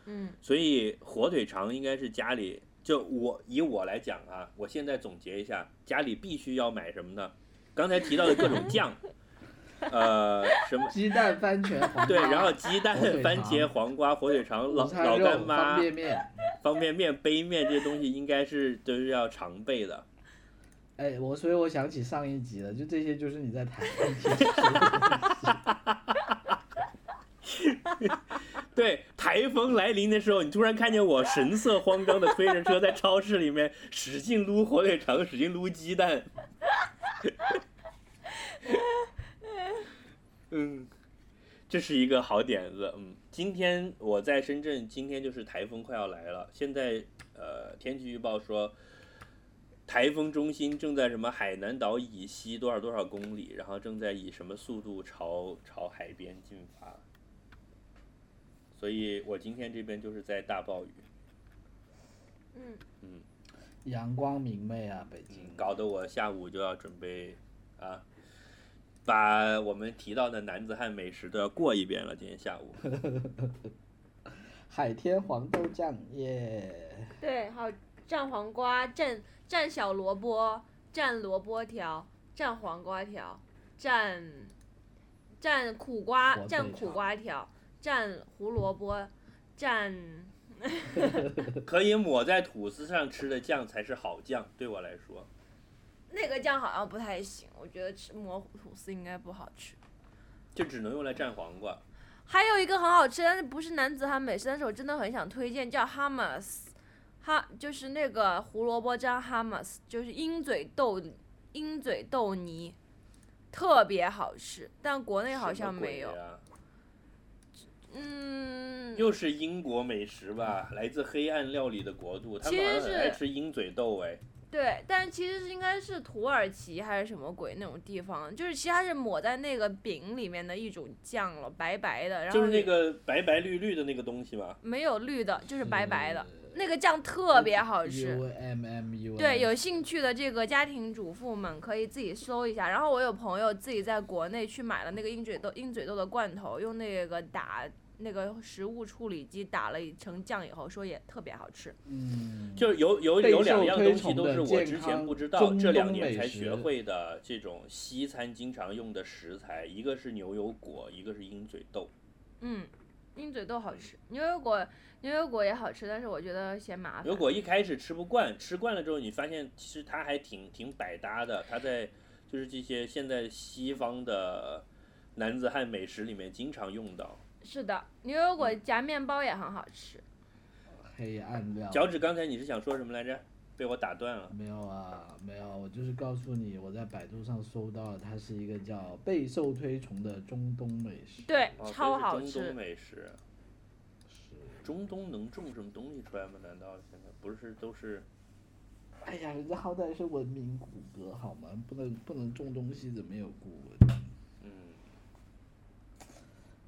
嗯，所以火腿肠应该是家里就我以我来讲啊，我现在总结一下，家里必须要买什么呢？刚才提到的各种酱， 呃，什么鸡蛋、番茄、黄瓜，对，然后鸡蛋火腿、肠番茄、黄瓜、火腿肠、老午餐老肉干妈方、便面。方便面、杯面这些东西应该是都是要常备的。哎，我所以我想起上一集了，就这些就是你在谈。 对，台风来临的时候，你突然看见我神色慌张的推着车在超市里面使劲撸火腿肠，使劲撸鸡蛋。 嗯，这是一个好点子。嗯，今天我在深圳，今天就是台风快要来了。现在呃，天气预报说，台风中心正在什么海南岛以西多少多少公里，然后正在以什么速度朝朝海边进发。所以我今天这边就是在大暴雨，阳光明媚啊，北京。嗯搞得我下午就要准备啊，把我们提到的男子汉美食都要过一遍了。今天下午，海天黄豆酱耶对，还有蘸黄瓜、蘸蘸小萝卜、蘸萝卜条、蘸黄瓜条、蘸蘸苦瓜、火蘸腿苦肠瓜条、蘸胡萝卜、蘸可以抹在吐司上吃的酱才是好酱，对我来说，那个酱好像不太行，我觉得吃抹吐司应该不好吃。就只能用来蘸黄瓜。还有一个很好吃，但是不是男子汉美食，但是我真的很想推荐，叫 hummus，哈就是那个胡萝卜沾 hummus，就是鹰嘴豆鹰嘴豆泥，特别好吃，但国内好像没有什。么嗯鬼呀，，又是英国美食吧，来自黑暗料理的国度，他们好像其很实是爱吃鹰嘴豆哎。对，但其实是应该是土耳其还是什么鬼那种地方，就是其实它是抹在那个饼里面的一种酱了，白白的，然后就是那也个白白绿绿的那个东西嘛，没有绿的，就是白白的，那个酱特别好吃。 ，U M M U。哦对，有兴趣的这个家庭主妇们可以自己搜一下。然后我有朋友自己在国内去买了那个鹰嘴豆鹰嘴豆的罐头，用那个打那个食物处理机打了成酱以后，说也特别好吃。嗯，就是有有有两样东西都是我之备受推崇的健前康不知道，中这两东年美才食学会的这种西餐经常用的食材，一个是牛油果，一个是鹰嘴豆。嗯，鹰嘴豆好吃，牛油果牛油果也好吃，但是我觉得嫌麻烦。牛油果一开始吃不惯，吃惯了之后，你发现其实它还挺挺百搭的，它在就是这些现在西方的男子汉美食里面经常用到。哦是的，牛油果夹面包也很好吃。黑暗料。脚趾，刚才你是想说什么来着？被我打断了。没有啊，没有，我就是告诉你，我在百度上搜到了，它是一个叫备受推崇的中东美食。对，哦超好这是中吃东。美食，是中东能种什么东西出来吗？难道现在不是都是？哎呀，人家好歹是文明谷歌好吗？不能不能种东西，怎么有古文？嗯，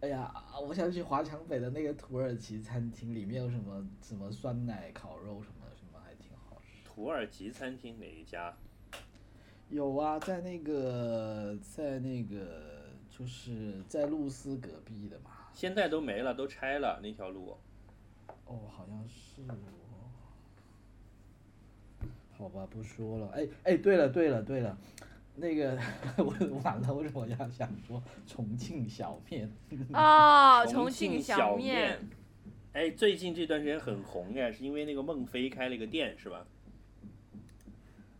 哎呀，我想起华强北的那个土耳其餐厅，里面有什么什么酸奶烤肉什么的，什么还挺好吃。土耳其餐厅哪一家？有啊，在那个在那个就是在露丝隔壁的嘛。现在都没了，都拆了那条路。哦，好像是哦。好吧，不说了。哎哎，对了对了对了，那个 我完了，为什么要想说重庆小面？ 哦，重庆庆小小面，。哎，最近这段时间很红哎，是因为那个孟非开了一个店是吧？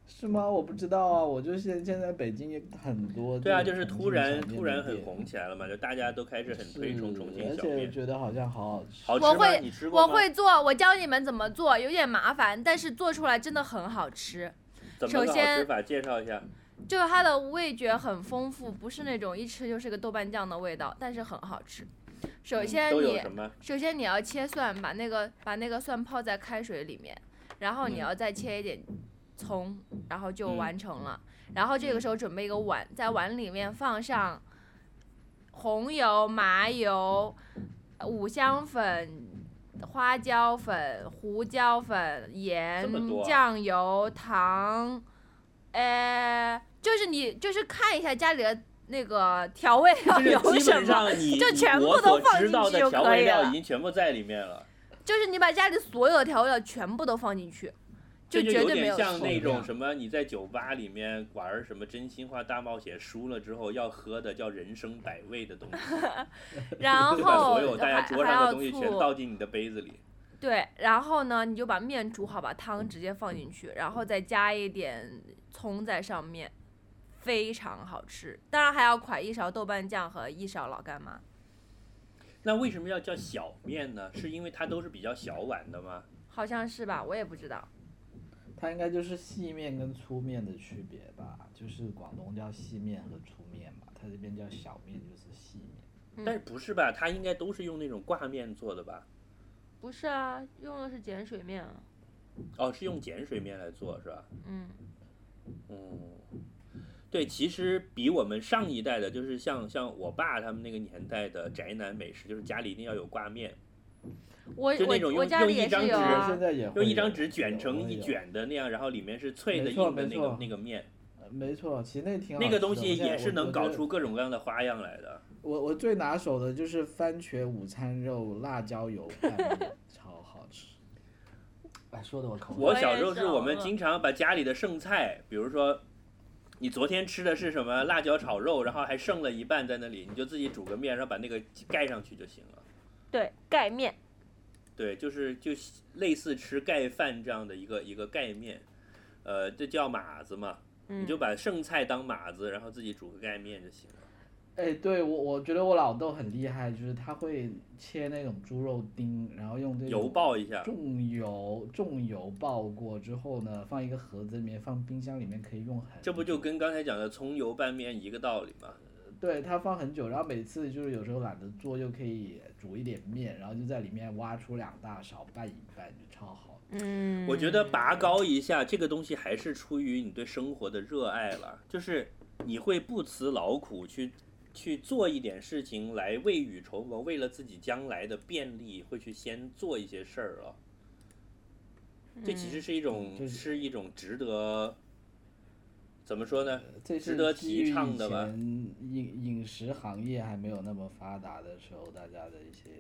是吗？我不知道啊，我就现现在北京也很多。对啊，就是突然突然很红。起来了嘛，就大家都开始很是，推崇重庆而小且面。觉得好像好好吃。好吃我吗？会你吃过我吗？会做，我教你们怎么做，有点麻烦，但是做出来真的很好吃。怎么首个好先吃法？介绍一下。就是它的味觉很丰富，不是那种一吃就是个豆瓣酱的味道，但是很好吃。首先嗯都你有什么？首先你要切蒜，把那个把那个蒜泡在开水里面，然后你要再切一点葱，然后就嗯完成了。然后这个时候准备一个碗，在碗里面放上红油、麻油、五香粉、花椒粉、胡椒粉、盐这么多、啊酱油、糖，呃，就是你就是看一下家里的那个调味料就是 有基什本么，上你就全部我都所放知进道去的就调可味以料已了经全部在里面了。就是你把家里所有的调味料全部都放进去，这就绝对没点有像错。那错种什么你在酒吧里面玩什么真心话大冒险输了之后要喝的叫人生百味的东西， 然就把后所有大还家桌还上的要东西全醋，倒进你的杯子里。对，然后呢，你就把面煮好，把汤直接放进去，然后再加一点葱在上面，非常好吃。当然还要㧟一勺豆瓣酱和一勺老干妈，那为什么要叫小面呢？是因为它都是比较小碗的吗？好像是吧？我也不知道。它应该就是细面跟粗面的区别吧，就是广东叫细面和粗面嘛，它这边叫小面就是细面。嗯但是不是吧？它应该都是用那种挂面做的吧？不是啊，用的是碱水面啊。哦，是用碱水面来做是吧？嗯，嗯，对，其实比我们上一代的，就是像像我爸他们那个年代的宅男美食，就是家里一定要有挂面，我就那种我我用家用里一也张是有纸啊现。在也会用一有张纸卷有成会一有卷的那样，然后里面是脆的哎没错硬的没那个错那个面，呃没错，其实那个挺好那个吃东的西我现也在是我能我搞觉得出各种各样的花样来的。我我最拿手的就是番茄午餐肉辣椒油拌面，超好吃。哎，说的我口我也小时候是是我偶们尔经常把家里的剩菜，比如说你昨天吃的是什么辣椒炒肉，然后还剩了一半在那里，你就自己煮个面，然后把那个盖上去就行了。对，盖面。对，就是就类似吃盖饭这样的一个一个盖面，呃，这叫码子嘛，嗯，你就把剩菜当码子，然后自己煮个盖面就行了。哎，对我我觉得我老豆很厉害，就是他会切那种猪肉丁，然后用这油种爆一下，重油重油爆过之后呢，放一个盒子里面，放冰箱里面可以用很久。这不就跟刚才讲的葱油拌面一个道理吗？对它放很久，然后每次就是有时候懒得做，就可以煮一点面，然后就在里面挖出两大勺拌一拌，就超好。嗯，我觉得拔高一下这个东西，还是出于你对生活的热爱了，就是你会不辞劳苦去去做一点事情来未雨绸缪，为了自己将来的便利，会去先做一些事儿了。这其实是一种、嗯就是是一种值得怎么说呢？这值是得基提于倡以的吧前饮饮食行业还没有那么发达的时候，大家的一些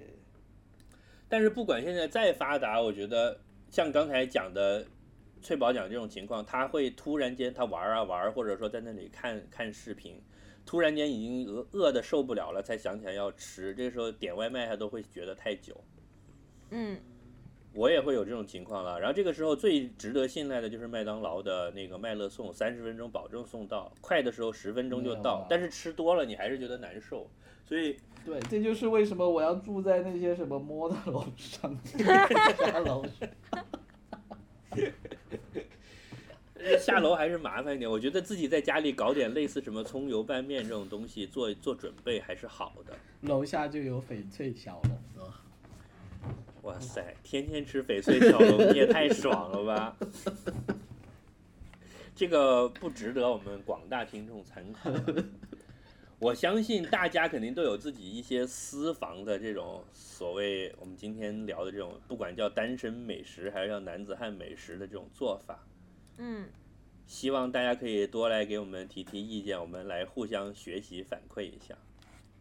但是不管现在再发达，我觉得像刚才讲的翠宝讲这种情况，他会突然间他玩啊玩，或者说在那里看看视频，突然间已经饿饿的受不了了，才想起来要吃，这时候点外卖他都会觉得太久。嗯，我也会有这种情况了。然后这个时候最值得信赖的就是麦当劳的那个麦乐送，三十分钟保证送到，快的时候十分钟就没有到啊，但是吃多了你还是觉得难受，所以对，这就是为什么我要住在那些什么摩的楼 上、家楼上。 下楼还是麻烦一点，我觉得自己在家里搞点类似什么葱油拌面这种东西做做准备还是好的。楼下就有翡翠小龙了。哇塞，天天吃翡翠小龙，你也太爽了吧！这个不值得我们广大听众参考。啊我相信大家肯定都有自己一些私房的这种所谓我们今天聊的这种，不管叫单身美食还是叫男子汉美食的这种做法。嗯，希望大家可以多来给我们提提意见，我们来互相学习反馈一下。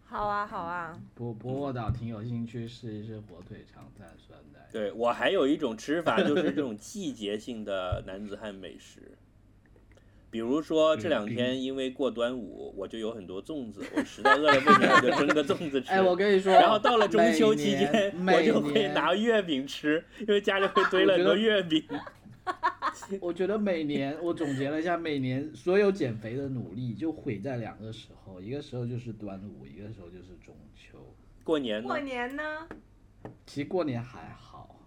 好啊，好啊，不不过我倒挺有兴趣试一试火腿肠蘸酸奶。对我还有一种吃法，就是这种季节性的男子汉美食，比如说这两嗯天因为过端午，我就有很多粽子，我实在饿得不行，我就蒸个粽子吃。哎，我跟你 说，然后到了中秋每期年间， 我每就会年拿月饼吃，因为家里会堆了很多月饼。我觉得每年我总结了一下，每年所有减肥的努力就毁在两个时候，一个时候就是端午，一个时候就是中秋。过年呢过，年呢？其实过年还好，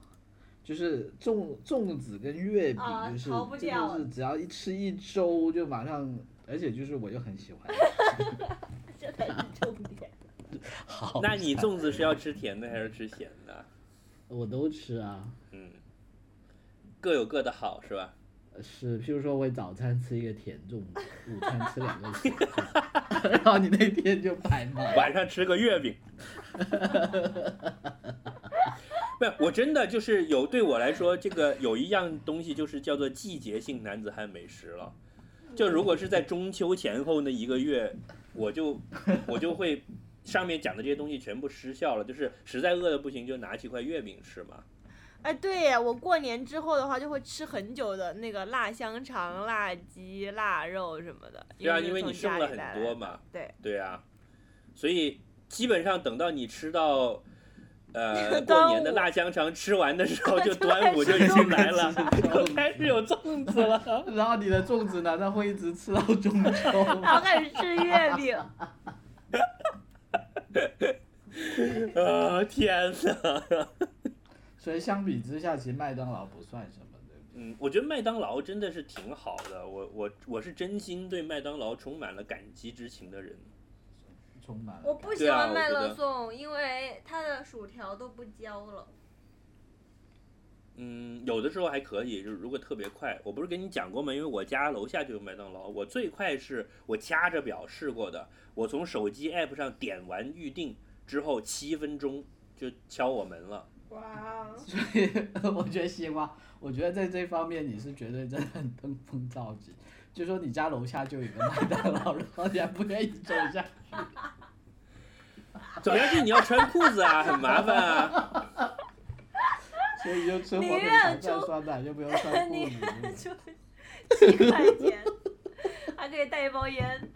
就是粽粽子跟月饼，啊就是、逃不这掉就是只要一吃一周就马上，而且就是我又很 喜欢，这才是重点。好，那你粽子是要吃甜的还是吃咸的？我都吃啊。嗯，各有各的好是吧？是，譬如说我早餐吃一个甜粽子，午餐吃两个咸粽， 然后你那天就白忙。 晚上吃个月饼。不是，我真的就是有对我来说，这个有一样东西就是叫做季节性男子汉美食了。就如果是在中秋前后那一个月，我就 我就会上面讲的这些东西全部失效了，就是实在饿的不行就拿起块月饼吃嘛。哎，对呀，我过年之后的话就会吃很久的那个辣香肠、辣鸡、腊肉什么的。对啊，是因为你从剩家了里带很来多的。嘛。对对啊，所以基本上等到你吃到。 呃，端过年的午辣香肠吃完的时 候，就就端午开就始已经粽来子了，就 开始有粽子了。然后你的粽子难道会一直吃到中 秋然后吗？开始吃月饼， 啊，天哪！所以相比之下，其实麦当劳不算什么，对不 对？嗯，我觉得麦当劳真的是挺好的，我我我是真心对麦当劳充满了感激之情的人。充满了 我感不对喜啊欢我麦觉乐得颂，因为它的薯条都不焦了。嗯，有的时候还可以，就是如果特别快，我不是跟你讲过吗？因为我家楼下就有麦当劳，我最快是我掐着表试过的，我从手机 app 上点完预定之后七分钟就敲我门了。哇，所以 我觉得西瓜，我觉得在这方面你是绝对真的很登峰造极。就说你家楼下就有一个麦当劳，然后你还不愿意走一下， 走下去你要穿裤子啊，很麻烦啊。所以就吃火你腿愿肠蘸出酸奶，就不 用穿你裤子对不就对。七块钱，还可以带一包烟。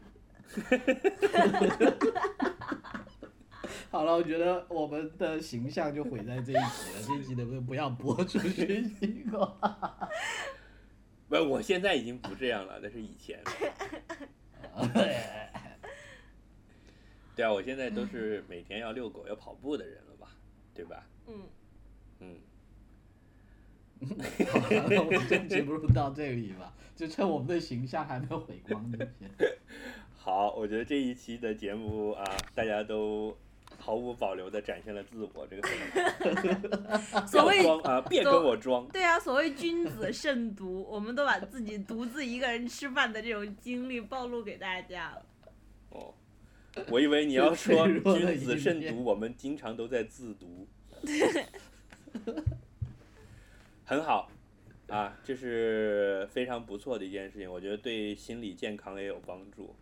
好了，我觉得我们的形象就毁在这一集了。这一集能不能不要播出去？西瓜，不，我现在已经不这样了，那是以前。对啊，我现在都是每天要遛狗、要跑步的人了吧，对吧？嗯，嗯，好了，我们这节目到这里吧，就趁我们的形象还没有毁光之前。好，我觉得这一期的节目啊，大家都毫无保留的展现了自我， 这个很好 所不要谓装啊，别跟我装。对啊，所谓君子慎独，我们都把自己独自一个人吃饭的这种经历暴露给大家了。哦，我以为你要说脆弱的君一子慎面独，我们经常都在自独。很好，啊，这是非常不错的一件事情，我觉得对心理健康也有帮助。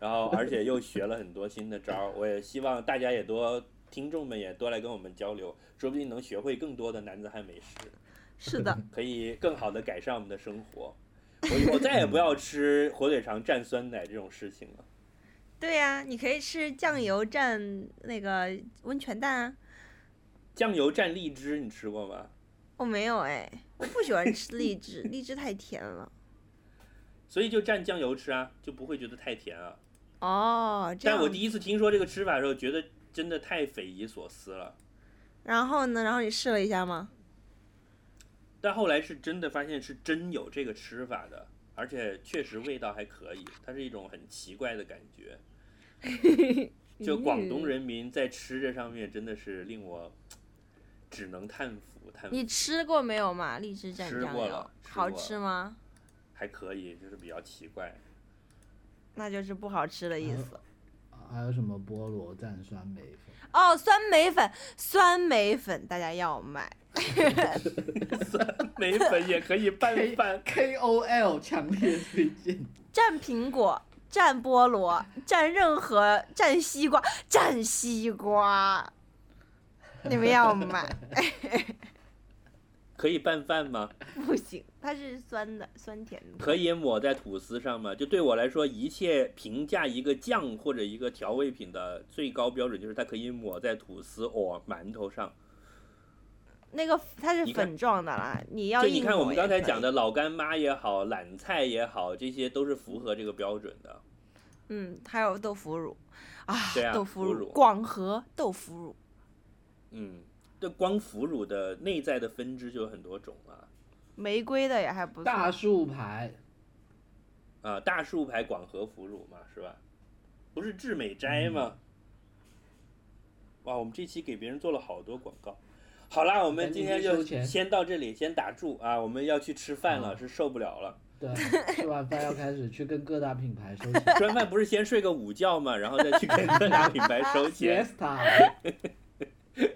然后，而且又学了很多新的招儿，我也希望大家也多，听众们也多来跟我们交流，说不定能学会更多的男子汉美食。是的，可以更好的改善我们的生活。我以后再也不要吃火腿肠蘸酸奶这种事情了。对呀、你可以吃酱油蘸那个温泉蛋啊。酱油蘸荔枝，你吃过吗？我没有哎，我不喜欢吃荔枝，荔枝太甜了。所以就蘸酱油吃啊，就不会觉得太甜啊。哦，这但样我第一次听说这个吃法的时候，觉得真的太匪夷所思了。然后呢？然后你试了一下吗？但后来是真的发现是真有这个吃法的，而且确实味道还可以，它是一种很奇怪的感 觉。就广东人民在吃这上面真的是令我只能叹服叹服。你吃过没有嘛？荔枝蘸吃酱过油了，吃好过吃了吗？还可以，就是比较奇怪。 那就是不好吃的意思。还有什么菠萝蘸酸梅粉？，哦，酸梅粉，酸梅粉大家要买。梅粉也可以拌饭 KOL 强烈推荐，蘸苹果，蘸菠萝，蘸任何，蘸西瓜，蘸西瓜，你们 要买可以拌饭吗？ 不行，它是酸的，酸甜的。可以抹在吐司上吗？就对我来说，一切评价一个酱或者一个调味品的最高标准就是它可以抹在吐司或馒头上。那个它是你看粉状的啦，你要就硬你看我抹们也刚才可讲以，的老干妈也好，懒菜也好，这些都是符合这个标准的。嗯，还有豆腐乳啊，对啊豆腐腐乳，乳广和豆腐乳，嗯，这光腐乳的内在的分支就有很多种了。玫瑰的也还不错。大树牌，啊，大树牌广和腐乳嘛，是吧？不是智美斋嗯吗？哇，我们这期给别人做了好多广告。好啦，我们赶今紧天去就收钱先到这里，先打住啊！我们要去吃饭了，嗯是受不了了。对，吃完饭要开始去跟各大品牌收 钱。吃完饭不是先睡个午觉吗？然后再去跟各大品牌 收钱。 Fiesta，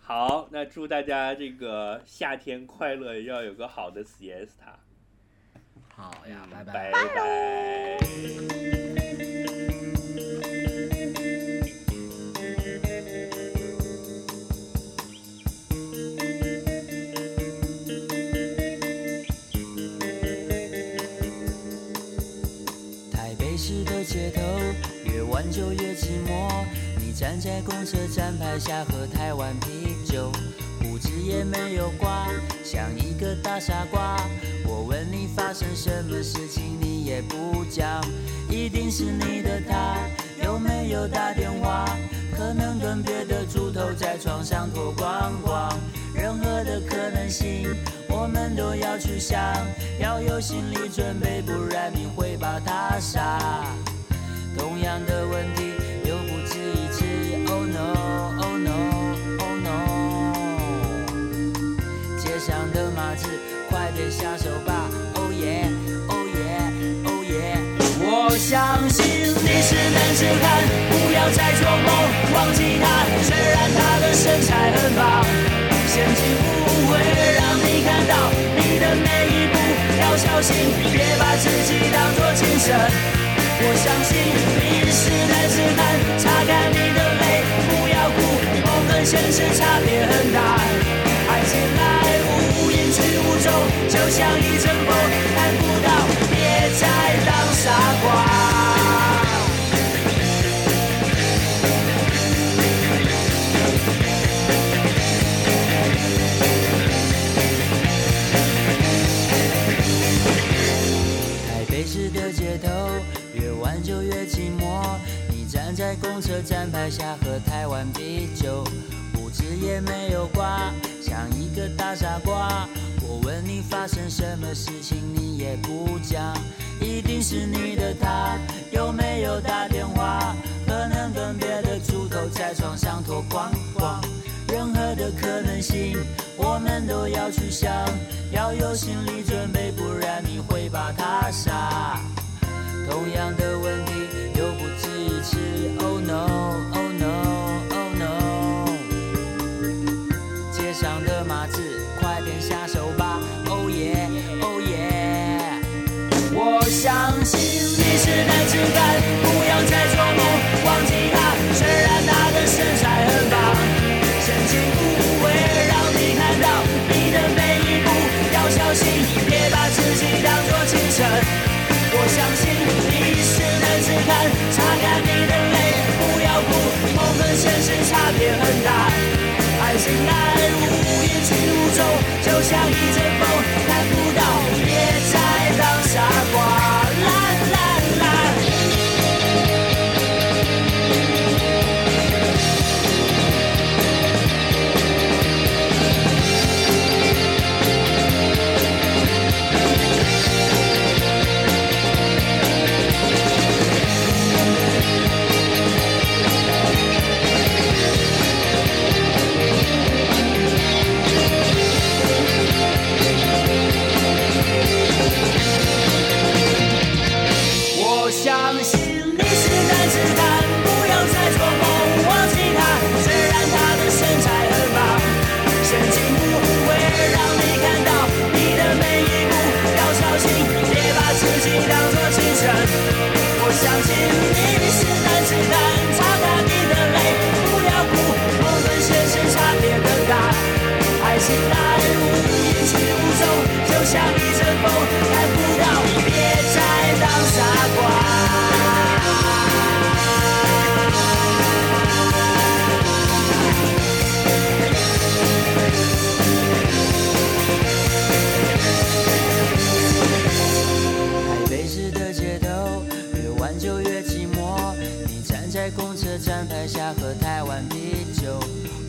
好，那祝大家这个夏天快乐，要有个好的 siesta。好呀，嗯拜拜拜。拜。台北市的街头，越晚就越寂寞。你站在公车站牌下喝台湾啤酒，胡子也没有刮，像一个大傻瓜。我问你发生什么事情，你也不讲，一定是你的他有没有打电话？可能跟别的猪头在床上脱光光，任何的可能性我们都要去想，要有心理准备，不然你会把他杀。同样的问题又不止一次，Oh no Oh no Oh no，街上的马子快点下手吧，Oh yeah Oh yeah Oh yeah，我相信你是男子汉，不要再做梦，忘记他，虽然他的身材很棒。陷阱不会让你看到你的每一步，要小心，别把自己当作情圣。我相信你是男子汉，擦干你的泪，不要哭，梦跟现实差别很大。爱情来无影去无踪，就像一阵风，看不到，别再当傻瓜。台北市的街头，越晚就越寂寞。你站在公车站牌下喝台湾啤酒，胡子也没有刮，像一个大傻瓜。我问你发生什么事情，你也不讲，一定是你的他有没有打电话？可能跟别的猪头在床上脱光光。任何的可能性，我们都要去想，要有心理准备，不然你会把他杀。同样的问题又不止一次，Oh no Oh no Oh no，街上的马子快点下手吧，Oh yeah Oh yeah。我相信你是男子汉，不要再做梦，忘记他。虽然他的身材很棒，深情不会让你看到你的每一步，要小心，别把自己当作情圣。我相信你是男子汉，擦干你的泪，不要哭，梦跟现实差别很大。爱情来无影去无踪，就像一阵风，看不到，别再当傻瓜。啦啦啦。我相信你是男子汉，不要再做梦，忘记他。虽然他的身材很棒，深情不会让你看到你的每一步，要小心，别把自己当作情圣。我相信你是男子汉，擦干你的泪，不要哭，梦跟现实差别很大。爱情来无影去无踪，就像一阵风，看不到，别再当傻瓜。台北市的街头，越晚就越寂寞。你站在公车站牌下喝台湾啤酒，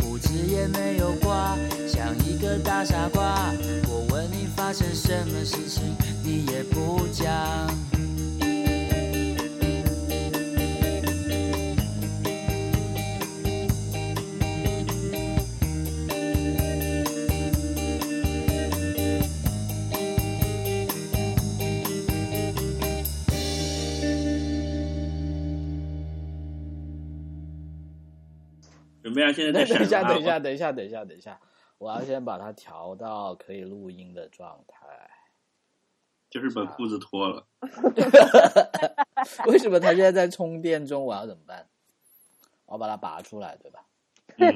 胡子也没有刮，像一个大傻瓜。我问你发生什么事情，你也不讲。准备啊，现在在 等审一下，啊等一下，等一下，等一下，等一下，我要先把它调到可以录音的状态。就是把裤子脱了。为什么它现在在充电中？我要怎么办？我要把它拔出来，对吧？嗯，